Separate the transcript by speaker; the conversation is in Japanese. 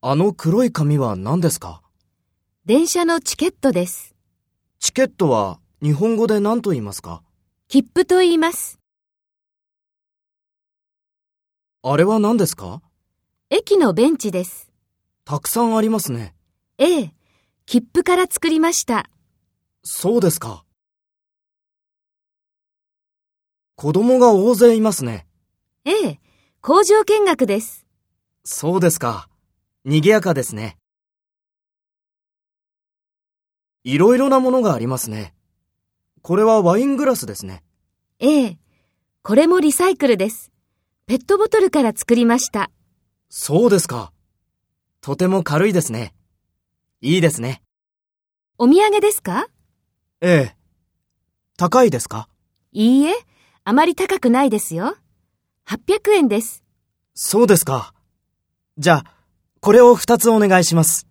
Speaker 1: あの黒い紙は何ですか
Speaker 2: 電車のチケットです。
Speaker 1: チケットは日本語で何と言いますか
Speaker 2: 切符と言います。
Speaker 1: あれは何ですか
Speaker 2: 駅のベンチです。
Speaker 1: たくさんありますね。
Speaker 2: ええ、切符から作りました。
Speaker 1: そうですか。子供が大勢いますね。
Speaker 2: ええ、工場見学です。
Speaker 1: そうですか。賑やかですね。いろいろなものがありますね。これはワイングラスですね。
Speaker 2: ええ、これもリサイクルです。ペットボトルから作りました。
Speaker 1: そうですか。とても軽いですね。いいですね。
Speaker 2: お土産ですか
Speaker 1: ええ。高いですか
Speaker 2: いいえ、あまり高くないですよ。800円です。
Speaker 1: そうですか。じゃあ、これを二つお願いします。